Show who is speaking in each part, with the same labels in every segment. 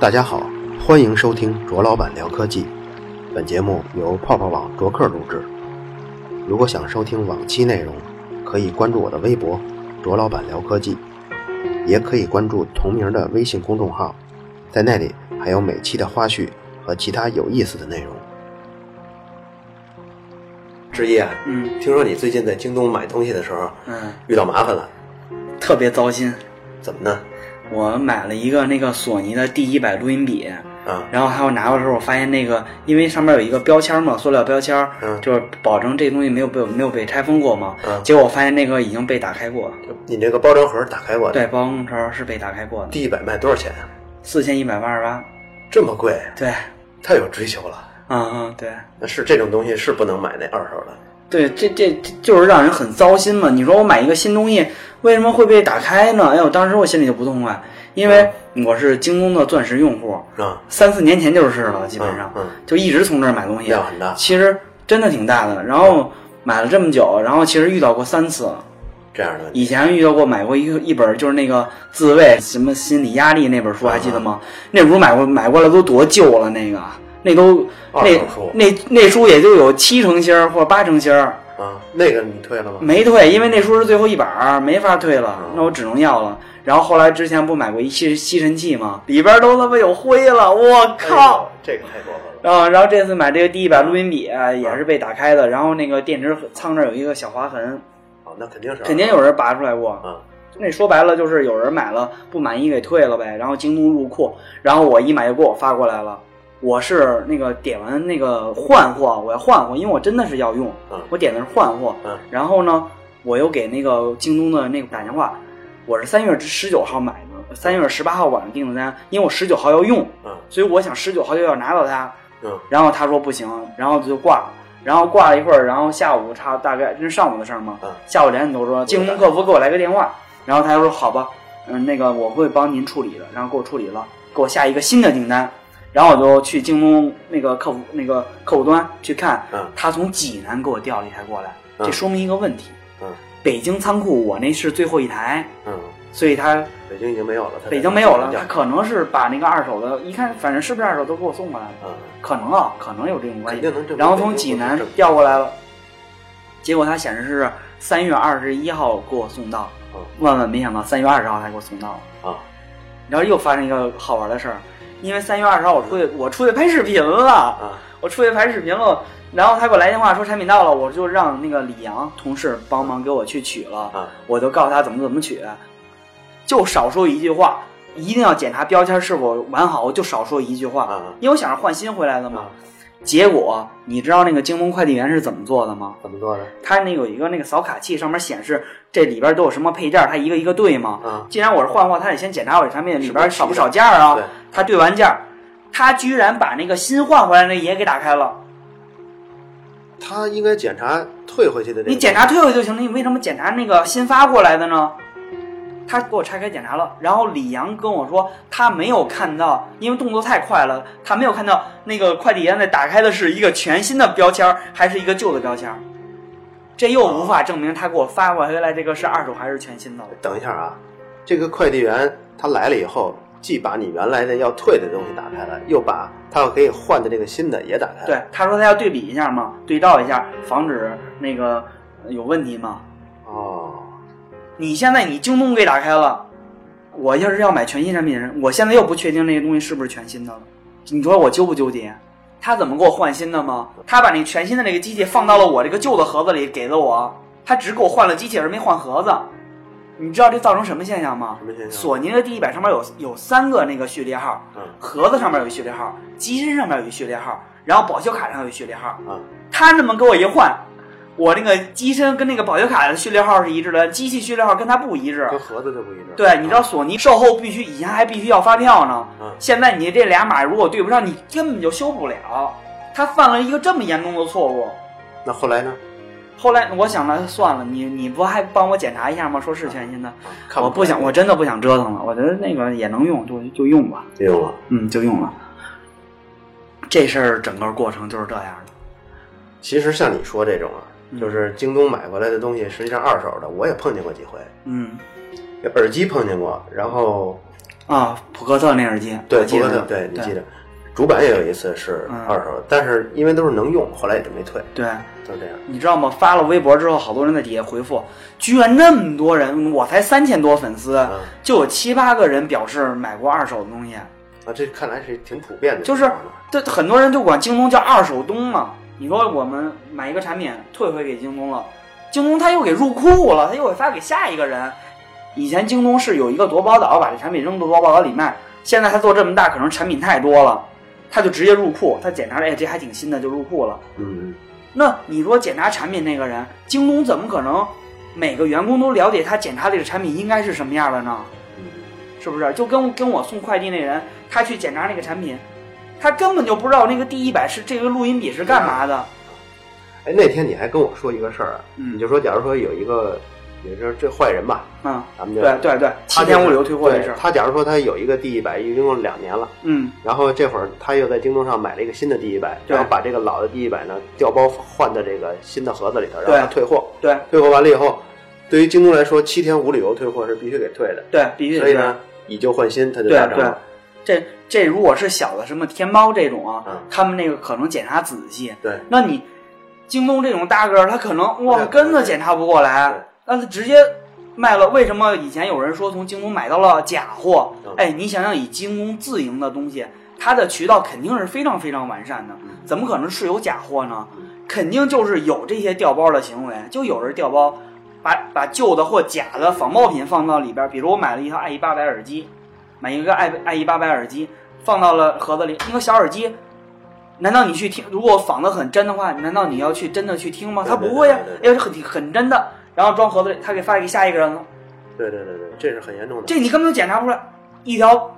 Speaker 1: 大家好，欢迎收听卓老板聊科技。本节目由泡泡网卓克录制。如果想收听往期内容，可以关注我的微博“卓老板聊科技”，也可以关注同名的微信公众号，在那里还有每期的花絮和其他有意思的内容。志毅，啊
Speaker 2: 嗯
Speaker 1: 听说你最近在京东买东西的时候
Speaker 2: 嗯，
Speaker 1: 遇到麻烦了，
Speaker 2: 特别糟心。
Speaker 1: 怎么呢？
Speaker 2: 我买了一个那个索尼的 D 一百录音笔，
Speaker 1: 啊，
Speaker 2: 然后还有拿过来的时候，我发现那个因为上面有一个标签嘛，塑料标签，
Speaker 1: 嗯
Speaker 2: 就是保证这东西没有被没有被拆封过嘛。
Speaker 1: 嗯
Speaker 2: 结果我发现那个已经被打开过，
Speaker 1: 你这个包装盒打开过，
Speaker 2: 对，包装盒是被打开过的，
Speaker 1: 第一百卖多少钱啊？
Speaker 2: 四千一百八十八。
Speaker 1: 这么贵，
Speaker 2: 对，
Speaker 1: 太有追求了。
Speaker 2: 嗯嗯，对。
Speaker 1: 那是这种东西是不能买那二手的。
Speaker 2: 对，这这这就是让人很糟心嘛。你说我买一个新东西，为什么会被打开呢？哎呦，当时我心里就不痛快，因为
Speaker 1: 嗯
Speaker 2: 我是京东的钻石用户，
Speaker 1: 啊，
Speaker 2: 三四年前就是了，基本上、
Speaker 1: 嗯嗯
Speaker 2: 就一直从这儿买东西，
Speaker 1: 量很大
Speaker 2: 其实真的挺大的。然后买了这么久，然后其实遇到过三次，
Speaker 1: 这样的
Speaker 2: 以前遇到过买过一个一本就是那个自卫什么心理压力那本书，还记得
Speaker 1: 嗯
Speaker 2: 吗？那本书买过买过来都多旧了，那个那都
Speaker 1: 二
Speaker 2: 那
Speaker 1: 手书
Speaker 2: 那那书也就有七成新儿或者八成新儿。
Speaker 1: 啊，那个你退了吗？
Speaker 2: 没退，因为那书是最后一本儿，没法退
Speaker 1: 嗯
Speaker 2: 了，那我只能要了。然后后来之前不买过一吸吸尘器吗？里边都他妈有灰了，我靠！
Speaker 1: 哎呦，这个太过分了。
Speaker 2: 然后啊然后这次买这个第一百录音笔、啊也是被打开的，然后那个电池仓这儿有一个小划痕，
Speaker 1: 啊，那肯定是
Speaker 2: 肯定有人拔出来过。
Speaker 1: 啊，
Speaker 2: 那说白了就是有人买了不满意给退了呗，然后京东入库，然后我一买就给我发过来了。我是那个点完那个换货，我要换货，因为我真的是要用
Speaker 1: 嗯，
Speaker 2: 我点的是换货
Speaker 1: 嗯。
Speaker 2: 然后呢，我又给那个京东的那个打电话，我是三月十九号买的，三月十八号晚上订的单，因为我十九号要用
Speaker 1: 嗯，
Speaker 2: 所以我想十九号就要拿到它。
Speaker 1: 嗯
Speaker 2: 然后他说不行，然后就挂了。然后挂了一会儿，然后下午差大概这是上午的事儿嘛，
Speaker 1: 嗯
Speaker 2: 下午两点多说京东客服给我来个电话，然后他就说好吧，嗯，那个我会帮您处理的，然后给我处理了，给我下一个新的订单，然后我就去京东那个客服那个客户端去看，
Speaker 1: 嗯
Speaker 2: 他从济南给我调了一台过来，
Speaker 1: 嗯
Speaker 2: 这说明一个问题，
Speaker 1: 嗯
Speaker 2: 北京仓库我那是最后一台，
Speaker 1: 嗯，
Speaker 2: 所以他
Speaker 1: 北京已经没有了，它
Speaker 2: 北京没有了，
Speaker 1: 这
Speaker 2: 他
Speaker 1: 样
Speaker 2: 可能是把那个二手的，一看反正是不是二手都给我送过来了，
Speaker 1: 啊，
Speaker 2: 可能啊，可能有这种关
Speaker 1: 肯
Speaker 2: 系。
Speaker 1: 定能挣。
Speaker 2: 然后从济南调过来了，结果它显示是三月二十一号给我送到
Speaker 1: 嗯，
Speaker 2: 万万没想到三月二十号才给我送到。
Speaker 1: 啊，
Speaker 2: 然后又发生一个好玩的事儿，因为三月二十号我出去我出去拍视频了，
Speaker 1: 啊
Speaker 2: 我出去拍视频了，然后他给我来电话说产品到了，我就让那个李阳同事帮忙给我去取了，
Speaker 1: 啊
Speaker 2: 我就告诉他怎么怎么取，就少说一句话。一定要检查标签是否完好，我就少说一句话，
Speaker 1: 啊
Speaker 2: 因为我想着换新回来的嘛。
Speaker 1: 啊，
Speaker 2: 结果你知道那个京东快递员是怎么做的吗？
Speaker 1: 怎么做的？
Speaker 2: 他那有一个那个扫卡器，上面显示这里边都有什么配件，他一个一个对吗？
Speaker 1: 啊，
Speaker 2: 既然我是换货，他得先检查我这产品里边
Speaker 1: 是
Speaker 2: 少
Speaker 1: 不
Speaker 2: 不
Speaker 1: 是齐的
Speaker 2: 少件儿啊
Speaker 1: 对。
Speaker 2: 他对完件儿，他居然把那个新换回来的也给打开了。
Speaker 1: 他应该检查退回去的这个。
Speaker 2: 你检查退回就行了，你为什么检查那个新发过来的呢？他给我拆开检查了，然后李阳跟我说他没有看到，因为动作太快了，他没有看到那个快递员在打开的是一个全新的标签儿还是一个旧的标签儿，这又无法证明他给我发过回来这个是二手还是全新的。
Speaker 1: 等一下啊，这个快递员他来了以后，既把你原来的要退的东西打开了，又把他要给你换的这个新的也打开了。
Speaker 2: 对，他说他要对比一下嘛，对照一下，防止那个呃有问题嘛。
Speaker 1: 哦，
Speaker 2: 你现在你京东给打开了，我要是要买全新产品的人，我现在又不确定那个东西是不是全新的了，你说我纠不纠结？他怎么给我换新的吗？他把那全新的那个机器放到了我这个旧的盒子里给了我，他只给我换了机器而没换盒子。你知道这造成什么现象吗
Speaker 1: 什？么现象？
Speaker 2: 索尼的 D 一百上面有有三个那个序列号，
Speaker 1: 嗯
Speaker 2: 盒子上面有一序列号，机身上面有一序列号，然后保修卡上有一序列号。
Speaker 1: 啊
Speaker 2: 他那么给我一换，我那个机身跟那个保修卡的序列号是一致的，机器序列号跟它不一致。
Speaker 1: 跟盒子就不一致。啊
Speaker 2: 对，你知道索尼售后必须以前还必须要发票呢，
Speaker 1: 嗯
Speaker 2: 现在你这俩码如果对不上，你根本就修不了。他犯了一个这么严重的错误。
Speaker 1: 那后来呢？
Speaker 2: 后来我想了，算了，你你不还帮我检查一下吗？说是全新的，
Speaker 1: 啊看
Speaker 2: 我不想，我真的不想折腾了。我觉得那个也能用，就就用吧。
Speaker 1: 对吗？
Speaker 2: 嗯，就用了。这事儿整个过程就是这样的。
Speaker 1: 其实像你说这种啊，
Speaker 2: 嗯
Speaker 1: 就是京东买回来的东西，实际上二手的，我也碰见过几回。
Speaker 2: 嗯
Speaker 1: 耳机碰见过，然后
Speaker 2: 啊，普克特那耳机，
Speaker 1: 对，
Speaker 2: 我记
Speaker 1: 不过
Speaker 2: 得
Speaker 1: 呢对你记
Speaker 2: 得
Speaker 1: 得，主板也有一次是
Speaker 2: 嗯
Speaker 1: 二手，但是因为都是能用，后来也就没退，
Speaker 2: 对。
Speaker 1: 就这样。
Speaker 2: 你知道吗？发了微博之后，好多人在底下回复，居然那么多人，我才三千多粉丝，
Speaker 1: 嗯
Speaker 2: 就有七八个人表示买过二手的东西。
Speaker 1: 啊，这看来是挺普遍的情
Speaker 2: 就
Speaker 1: 况
Speaker 2: 是
Speaker 1: 了，
Speaker 2: 这很多人就管京东叫二手东嘛。你说我们买一个产品退回给京东了，京东他又给入库了，他又给发给下一个人。以前京东是有一个夺宝岛，把这产品扔到夺宝岛里卖，现在他做这么大，可能产品太多了，他就直接入库，他检查了，哎，这还挺新的，就入库了。
Speaker 1: 嗯，
Speaker 2: 那你说检查产品那个人，京东怎么可能每个员工都了解他检查这个产品应该是什么样的呢？
Speaker 1: 嗯
Speaker 2: 是不是？就跟跟我送快递那人，他去检查那个产品，他根本就不知道那个第一百是这个录音笔是干嘛的。
Speaker 1: 哎，那天你还跟我说一个事儿啊，
Speaker 2: 嗯
Speaker 1: 你就说，假如说有一个，也就是这坏人吧，
Speaker 2: 嗯，
Speaker 1: 咱们就
Speaker 2: 对对对，
Speaker 1: 他就是
Speaker 2: 七天物流退货这
Speaker 1: 对
Speaker 2: 事儿。
Speaker 1: 他假如说他有一个 D 一百，已经用了两年了，
Speaker 2: 嗯，
Speaker 1: 然后这会儿他又在京东上买了一个新的 D 一百，
Speaker 2: 对
Speaker 1: 然后把这个老的 D 一百呢调包换到这个新的盒子里头，
Speaker 2: 对
Speaker 1: 让他退货。
Speaker 2: 对
Speaker 1: 退货完了以后，对于京东来说，七天无理由退货是必须给退的，
Speaker 2: 对，必须
Speaker 1: 所以
Speaker 2: 得是。
Speaker 1: 呢，以旧换新，他就
Speaker 2: 对
Speaker 1: 打仗了。
Speaker 2: 这这如果是小的什么天猫这种啊，
Speaker 1: 嗯
Speaker 2: 他们那个可能检查仔细。
Speaker 1: 对，
Speaker 2: 那你京东这种大个儿，他可能
Speaker 1: 对
Speaker 2: 哇
Speaker 1: 对
Speaker 2: 根子检查不过
Speaker 1: 对
Speaker 2: 来，那他直接卖了。为什么以前有人说从京东买到了假货
Speaker 1: 嗯？
Speaker 2: 哎，你想想，以京东自营的东西，它的渠道肯定是非常非常完善的
Speaker 1: 嗯，
Speaker 2: 怎么可能是有假货呢
Speaker 1: 嗯？
Speaker 2: 肯定就是有这些调包的行为，就有人调包。把把旧的或假的仿冒品放到里边儿，比如我买了一套爱一八百耳机，买一个爱爱一八百耳机，放到了盒子里，一个小耳机。难道你去听？如果仿的很真的话，难道你要去真的去听吗？
Speaker 1: 对
Speaker 2: 他
Speaker 1: 对
Speaker 2: 不会呀、
Speaker 1: 对对
Speaker 2: 哎呀，这很很真的。然后装盒子里，他给发给下一个人了，
Speaker 1: 对对对对，这是很严重的。
Speaker 2: 这你根本就检查不出来。一条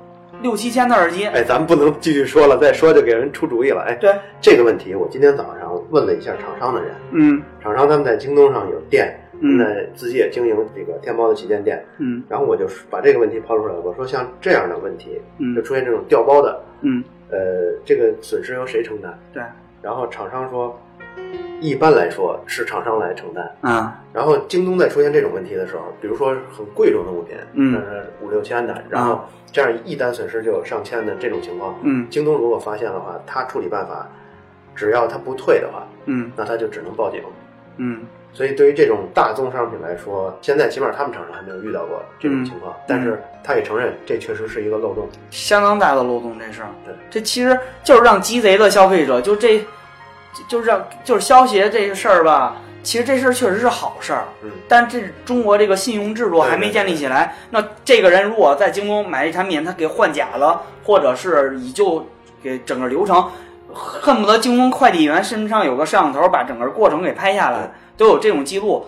Speaker 2: 六七千的耳机，
Speaker 1: 哎，咱们不能继续说了，再说就给人出主意了。哎，
Speaker 2: 对，
Speaker 1: 这个问题我今天早上问了一下厂商的人，
Speaker 2: 嗯
Speaker 1: 厂商他们在京东上有店，
Speaker 2: 嗯
Speaker 1: 那自己也经营这个天猫的旗舰店，
Speaker 2: 嗯
Speaker 1: 然后我就把这个问题抛出来，我说像这样的问题，就
Speaker 2: 嗯
Speaker 1: 出现这种调包的，
Speaker 2: 嗯，
Speaker 1: 呃，这个损失由谁承担？
Speaker 2: 对，
Speaker 1: 然后厂商说，一般来说是厂商来承担。
Speaker 2: 啊
Speaker 1: 然后京东在出现这种问题的时候，比如说很贵重的物品，
Speaker 2: 嗯啊
Speaker 1: 呃五六千的，然后这样一单损失就有上千的这种情况，
Speaker 2: 嗯
Speaker 1: 京东如果发现的话，他处理办法，只要他不退的话，
Speaker 2: 嗯
Speaker 1: 那他就只能报警。
Speaker 2: 嗯
Speaker 1: 所以，对于这种大宗商品来说，现在起码他们厂商还没有遇到过这
Speaker 2: 嗯
Speaker 1: 种情况。但是，他也承认这确实是一个漏洞。
Speaker 2: 相当大的漏洞，这是
Speaker 1: 对。
Speaker 2: 这其实就是让鸡贼的消费者，就这，就就是让就是消协这个事儿吧。其实这事儿确实是好事儿，
Speaker 1: 嗯
Speaker 2: 但这中国这个信用制度还没建立起来。那这个人如果在京东买这产品，他给换假了，或者是以旧给整个流程，恨不得京东快递员身上有个摄像头把整个过程给拍下来，都有这种记录。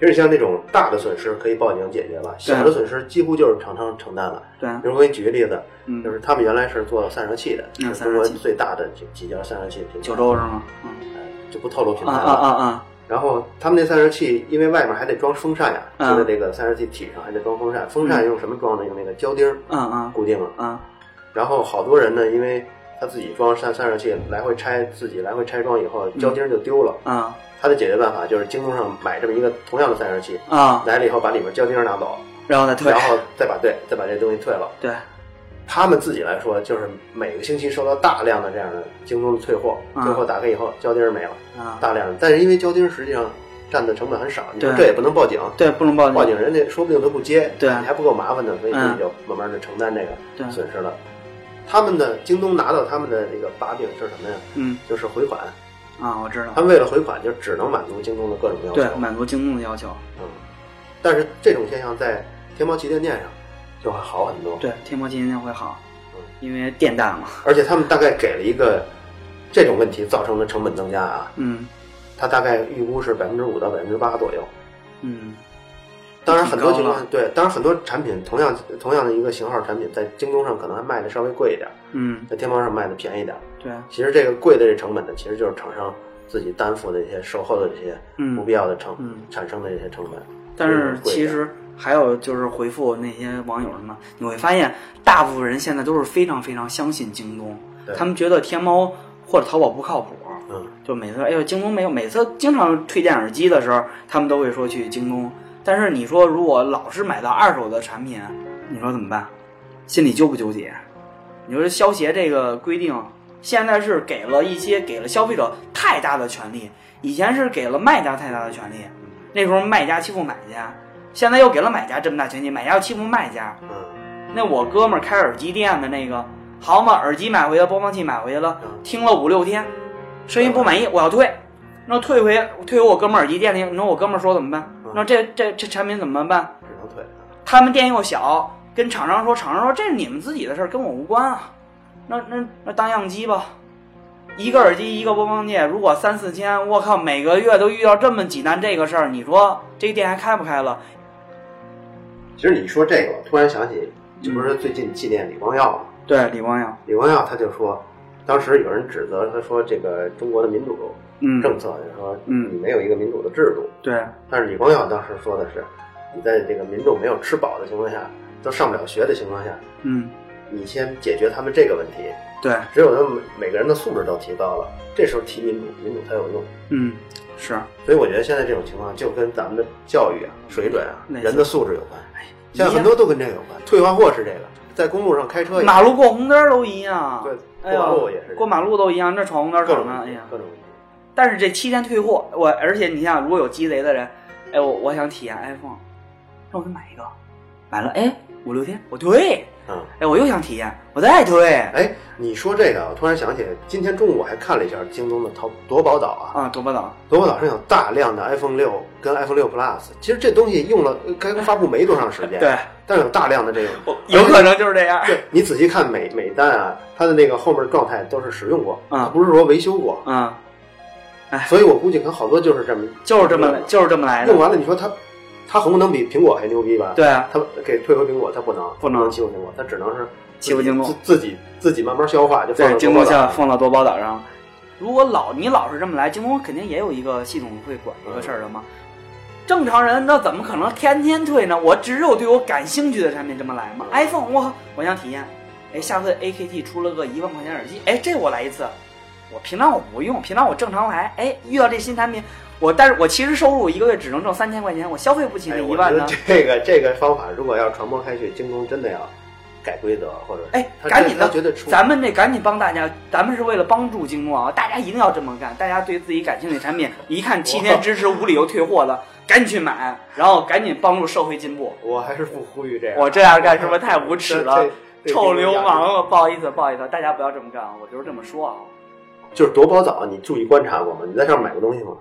Speaker 1: 就是像那种大的损失可以报警解决吧，
Speaker 2: 对
Speaker 1: 小的损失几乎就是厂商承担了。
Speaker 2: 对，
Speaker 1: 比如我给你举个例子，
Speaker 2: 嗯
Speaker 1: 就，是他们原来是做散热器的，
Speaker 2: 嗯
Speaker 1: 是中国
Speaker 2: 散热器
Speaker 1: 最大的几几家散热器品牌，
Speaker 2: 九州是吗？
Speaker 1: 就不透露品
Speaker 2: 嗯
Speaker 1: 牌
Speaker 2: 啊
Speaker 1: 了。
Speaker 2: 啊啊啊！
Speaker 1: 然后他们那散热器，因为外面还得装风扇呀、
Speaker 2: 嗯
Speaker 1: 现在这个散热器体上还得装风扇，风扇用什么装呢？用那个胶钉儿
Speaker 2: 嗯嗯
Speaker 1: 固定了。
Speaker 2: 嗯
Speaker 1: 然后好多人呢，因为他自己装散散热器，来回拆，自己来回拆装以后，胶钉就丢了。
Speaker 2: 嗯
Speaker 1: 他的解决办法就是京东上买这么一个同样的散热器，
Speaker 2: 啊，
Speaker 1: 来了以后把里面胶钉拿走，
Speaker 2: 然后再退
Speaker 1: 然。后再把对再把这东西退了。
Speaker 2: 对，
Speaker 1: 他们自己来说，就是每个星期收到大量的这样的京东的退货，
Speaker 2: 嗯
Speaker 1: 退货打开以后胶钉没了，
Speaker 2: 啊，
Speaker 1: 大量的。但是因为胶钉实际上占的成本很少，你说
Speaker 2: 对
Speaker 1: 这也不能报警，
Speaker 2: 对，不能报警。
Speaker 1: 报警人家说不定都不接，
Speaker 2: 对
Speaker 1: 你还不够麻烦呢，所以
Speaker 2: 嗯
Speaker 1: 自己就慢慢的承担这
Speaker 2: 对
Speaker 1: 个损失了。他们的京东拿到他们的这个把柄是什么呀？
Speaker 2: 嗯
Speaker 1: 就是回款。
Speaker 2: 啊，我知道
Speaker 1: 他。们为了回款，就只能满足京东的各种要求。
Speaker 2: 对，满足京东的要求。
Speaker 1: 嗯，但是这种现象在天猫旗舰店上就会好很多。，
Speaker 2: 对，天猫旗舰店会好
Speaker 1: 嗯，
Speaker 2: 因为电大嘛。
Speaker 1: 而且他们大概给了一个这种问题造成的成本增加啊，
Speaker 2: 嗯
Speaker 1: 他大概预估是百分之五到百分之八左右。
Speaker 2: 嗯，
Speaker 1: 当然，很多情
Speaker 2: 挺高了
Speaker 1: 况对，当然很多产品同样同样的一个型号产品，在京东上可能还卖的稍微贵一点，
Speaker 2: 嗯，
Speaker 1: 在天猫上卖的便宜点。
Speaker 2: 对，
Speaker 1: 其实这个贵的这成本呢，其实就是厂商自己担负的一些售后的这些
Speaker 2: 嗯
Speaker 1: 不必要的成、
Speaker 2: 嗯
Speaker 1: 产生的这些成本。
Speaker 2: 但是
Speaker 1: 贵一
Speaker 2: 其
Speaker 1: 点
Speaker 2: 实还有就是回复那些网友什么，你会发现大部分人现在都是非常非常相信京东
Speaker 1: 对，
Speaker 2: 他们觉得天猫或者淘宝不靠谱，
Speaker 1: 嗯，
Speaker 2: 就每次哎呦京东没有，每次经常推荐耳机的时候，他们都会说去京东。但是你说如果老是买到二手的产品，你说怎么办？心里纠不纠结？你说消协这个规定，现在是给了一些给了消费者太大的权利，以前是给了卖家太大的权利，那时候卖家欺负买家，现在又给了买家这么大权利，买家又欺负卖家。
Speaker 1: 嗯
Speaker 2: 那我哥们儿开耳机店的那个，好嘛，耳机买回来，播放器买回来了，
Speaker 1: 嗯
Speaker 2: 听了五六天，声音不满意，我要退。那退回退回我哥们儿耳机店里，你说我哥们儿说怎么办
Speaker 1: 嗯？
Speaker 2: 那这这这产品怎么办？
Speaker 1: 只能退。
Speaker 2: 他们店又小，跟厂商说，厂商说这是你们自己的事儿，跟我无关啊。那那那当样机吧，一个耳机一个播放器，如果三四千，我靠，每个月都遇到这么几单这个事儿，你说这个店还开不开了？
Speaker 1: 其实你说这个，我突然想起，这不是
Speaker 2: 嗯
Speaker 1: 最近纪念李光耀吗？
Speaker 2: 对，李光耀，
Speaker 1: 李光耀他就说，当时有人指责他说，这个中国的民主
Speaker 2: 嗯，
Speaker 1: 政策，就是说
Speaker 2: 嗯
Speaker 1: 你没有一个民主的制度。
Speaker 2: 对，
Speaker 1: 但是李光耀当时说的是，你在这个民众没有吃饱的情况下，都上不了学的情况下，
Speaker 2: 嗯，
Speaker 1: 你先解决他们这个问题。
Speaker 2: 对，
Speaker 1: 只有他们每个人的素质都提高了，这时候提民主，民主才有用。
Speaker 2: 嗯，是。
Speaker 1: 所以我觉得现在这种情况就跟咱们的教育啊、水准啊、
Speaker 2: 类似
Speaker 1: 人的素质有关。
Speaker 2: 哎
Speaker 1: 现在很多都跟这个有关。退换货是这个，在公路上开车也
Speaker 2: 马路过红灯儿都一样，
Speaker 1: 对，
Speaker 2: 哎
Speaker 1: 过马
Speaker 2: 呦
Speaker 1: 路也是这个
Speaker 2: 过马路都一样，那闯红灯儿
Speaker 1: 各
Speaker 2: 怎
Speaker 1: 种
Speaker 2: 么了？
Speaker 1: 问
Speaker 2: 哎
Speaker 1: 题
Speaker 2: 呀，
Speaker 1: 各种问题。
Speaker 2: 但是这七天退货，我而且你像如果有鸡贼的人，哎，我我想体验 iPhone，那我就买一个，买了哎五六天我退，
Speaker 1: 嗯，
Speaker 2: 哎我又想体验，我再退，
Speaker 1: 哎，你说这个，我突然想起，今天中午我还看了一下京东的淘夺宝岛啊，
Speaker 2: 啊多巴岛，
Speaker 1: 夺宝岛上有大量的 iPhone 六跟 iPhone 六 Plus。其实这东西用了呃该发布没多长时间，
Speaker 2: 对，
Speaker 1: 但是有大量的这个
Speaker 2: 我有可能就是这样，
Speaker 1: 对你仔细看每每单啊，它的那个后面状态都是使用过，啊
Speaker 2: 嗯
Speaker 1: 它不是说维修过，
Speaker 2: 嗯，
Speaker 1: 所以我估计可能好多就是这么
Speaker 2: 就是这么就是这么来的
Speaker 1: 用，完了。你说它，它可不能比苹果还牛逼吧？，
Speaker 2: 哎对啊，
Speaker 1: 它给退回苹果，它不能
Speaker 2: 不能
Speaker 1: 欺负苹果，它只能是
Speaker 2: 欺负京东
Speaker 1: 自自己自己慢慢消化，就放
Speaker 2: 对，
Speaker 1: 到
Speaker 2: 京东
Speaker 1: 多
Speaker 2: 现在
Speaker 1: 了哎
Speaker 2: 放到多宝岛上，如果老你老是这么来，京东肯定也有一个系统会管这个事儿的嘛。正常人那怎么可能天天退呢？我只有对我感兴趣的产品这么来嘛。
Speaker 1: 嗯
Speaker 2: iPhone 我我想体验，哎，下次 AKT 出了个一万块钱耳机，哎，这我来一次。我平常我不用，平常我正常来，哎，遇到这新产品，我但是我其实收入一个月只能挣三千块钱，我消费不起
Speaker 1: 哎
Speaker 2: 那一
Speaker 1: 我
Speaker 2: 万
Speaker 1: 觉
Speaker 2: 呢
Speaker 1: 得。这个这个方法如果要传播开去，京东真的要改规则，或者
Speaker 2: 哎，
Speaker 1: 他
Speaker 2: 赶紧的
Speaker 1: 他，觉得出
Speaker 2: 咱们这赶紧帮大家，咱们是为了帮助京东啊，大家一定要这么干。大家对自己感兴趣的产品，一看七天支持无理由退货的，赶紧去买，然后赶紧帮助社会进步。
Speaker 1: 我还是不呼吁这样，
Speaker 2: 我这样干是不是太无耻了
Speaker 1: 这？这
Speaker 2: 臭流氓
Speaker 1: 这
Speaker 2: 啊！不好意思，不好意思，大家不要这么干啊，我就是这么说啊。
Speaker 1: 就是夺宝岛，你注意观察过吗？你在上面买过东西吗？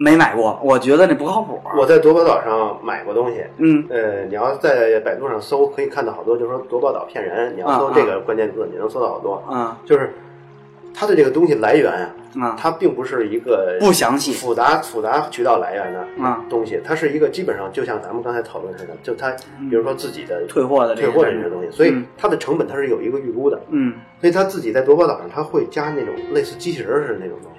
Speaker 2: 没买过，我觉得那不靠谱。啊
Speaker 1: 我在夺宝岛上买过东西，
Speaker 2: 嗯
Speaker 1: 呃，你要在百度上搜，可以看到好多，就是说夺宝岛骗人，你
Speaker 2: 啊
Speaker 1: 要搜这个关键字，你能搜到好多。
Speaker 2: 嗯
Speaker 1: 就是它的这个东西来源啊，
Speaker 2: 嗯，
Speaker 1: 它并不是一个
Speaker 2: 不详细
Speaker 1: 复杂复杂渠道来源的
Speaker 2: 啊。
Speaker 1: 东西，它是一个基本上就像咱们刚才讨论似的，就它比如说自己的
Speaker 2: 嗯退货的这
Speaker 1: 退
Speaker 2: 个
Speaker 1: 货的
Speaker 2: 产
Speaker 1: 这
Speaker 2: 品
Speaker 1: 些东西，所以
Speaker 2: 嗯
Speaker 1: 它的成本它是有一个预估的，
Speaker 2: 嗯
Speaker 1: 所以它自己在夺宝岛上，它会加那种类似机器人儿似的那种东西。
Speaker 2: 啊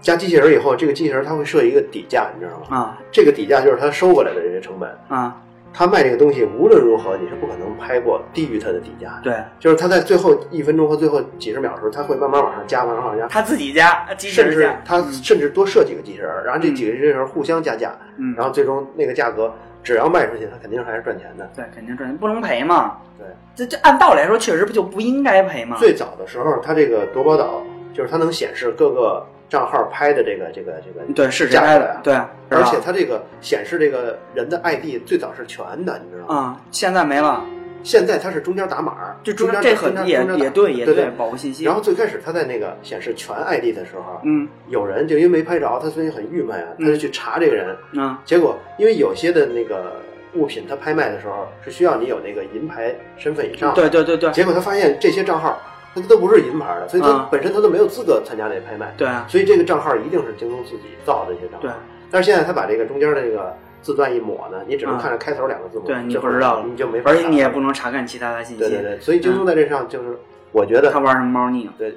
Speaker 1: 加机器人儿以后，这个机器人儿它会设一个底价，你知道吗？
Speaker 2: 啊
Speaker 1: 这个底价就是它收过来的这些成本。
Speaker 2: 啊，
Speaker 1: 他卖这个东西无论如何你是不可能拍过低于它的底价的，
Speaker 2: 对
Speaker 1: 就是他在最后一分钟和最后几十秒的时候，他会慢慢往上加，慢慢往上加，
Speaker 2: 他自己家机器
Speaker 1: 甚
Speaker 2: 人
Speaker 1: 至
Speaker 2: 家，
Speaker 1: 他甚至多设几个机器人儿，然后这
Speaker 2: 嗯
Speaker 1: 几个机器人儿互相加价，
Speaker 2: 嗯，
Speaker 1: 然后最终那个价格只要卖出去，他肯定还是赚钱的。
Speaker 2: 对，肯定赚钱，不能赔嘛。
Speaker 1: 对，
Speaker 2: 这这按道理来说，确实不就不应该赔嘛。
Speaker 1: 最早的时候，他这个夺宝岛就是它能显示各个账号拍的这个这个这个，
Speaker 2: 对是谁拍的
Speaker 1: 价？格
Speaker 2: 对，
Speaker 1: 而且
Speaker 2: 是吧
Speaker 1: 它这个显示这个人的 ID 最早是全的，你知道吗？
Speaker 2: 啊、现在没了，
Speaker 1: 现在它是中间打码儿，
Speaker 2: 就
Speaker 1: 中
Speaker 2: 间
Speaker 1: 间
Speaker 2: 这
Speaker 1: 中
Speaker 2: 很
Speaker 1: 间
Speaker 2: 也
Speaker 1: 中间打
Speaker 2: 也对也
Speaker 1: 对
Speaker 2: 保护信息。
Speaker 1: 然后最开始他在那个显示全 ID 的时候，
Speaker 2: 嗯
Speaker 1: 有人就因为没拍着，他所以很郁闷啊，他就去查这个人。
Speaker 2: 啊
Speaker 1: 结果因为有些的那个物品，他拍卖的时候是需要你有那个银牌身份以上。
Speaker 2: 对。对对对
Speaker 1: 结果他发现这些账号，他都不是银牌的，所以他
Speaker 2: 嗯
Speaker 1: 本身他都没有资格参加这拍卖。
Speaker 2: 对啊
Speaker 1: 所以这个账号一定是京东自己造的这些账号
Speaker 2: 对。
Speaker 1: 但是现在他把这个中间这个字段一抹呢，你只能
Speaker 2: 嗯
Speaker 1: 看着开头两个字母，
Speaker 2: 对，你
Speaker 1: 最后
Speaker 2: 不知道了，
Speaker 1: 你就没法
Speaker 2: 而
Speaker 1: 看了。
Speaker 2: 且你也不能查看其他的信息。
Speaker 1: 对对对，所以京东在这上就是，我觉得
Speaker 2: 他玩什么猫腻？啊
Speaker 1: 对，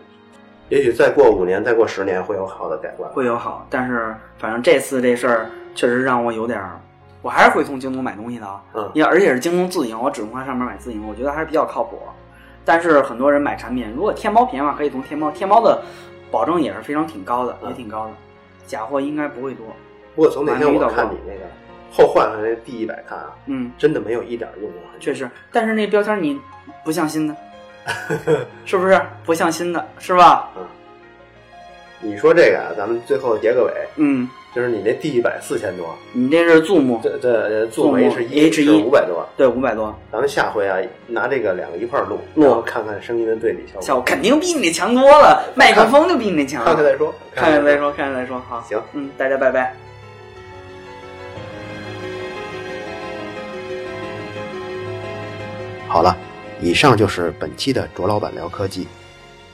Speaker 1: 也许再过五年，再过十年会有好的改观。
Speaker 2: 会有好，但是反正这次这事儿确实让我有点儿，我还是会从京东买东西的啊。
Speaker 1: 嗯
Speaker 2: 因为而且是京东自营，我只能在上面买自营，我觉得还是比较靠谱。但是很多人买产品，如果天猫便宜的话，可以从天猫，天猫的保证也是非常挺高的，
Speaker 1: 嗯
Speaker 2: 也挺高的，假货应该不会多。
Speaker 1: 不过从那天我看你那个后换的那第一百看啊，
Speaker 2: 嗯，
Speaker 1: 真的没有一点用啊过痕迹。
Speaker 2: 确实，但是那标签你不 像新的，是不是不像新的，是吧？
Speaker 1: 你说这个啊，咱们最后结个尾，
Speaker 2: 嗯，
Speaker 1: 就是你那第一百四千多，
Speaker 2: 你这是 Zoom
Speaker 1: 这这作为是
Speaker 2: H1
Speaker 1: 是五百多，
Speaker 2: 对五百多，
Speaker 1: 咱们下回啊拿这个两个一块儿录，
Speaker 2: 录
Speaker 1: 然后看看声音的对比效
Speaker 2: 效
Speaker 1: 果，
Speaker 2: 果肯定比你那强多了，麦克风就比你那强
Speaker 1: 看看
Speaker 2: 了。
Speaker 1: 再说，
Speaker 2: 看看再
Speaker 1: 说。
Speaker 2: 说，看看再说，好，
Speaker 1: 行，
Speaker 2: 嗯，大家拜拜。
Speaker 1: 好了，以上就是本期的卓老板聊科技。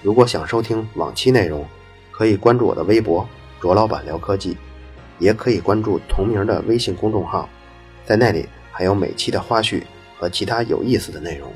Speaker 1: 如果想收听往期内容，可以关注我的微博“卓老板聊科技”，也可以关注同名的微信公众号，在那里还有每期的花絮和其他有意思的内容。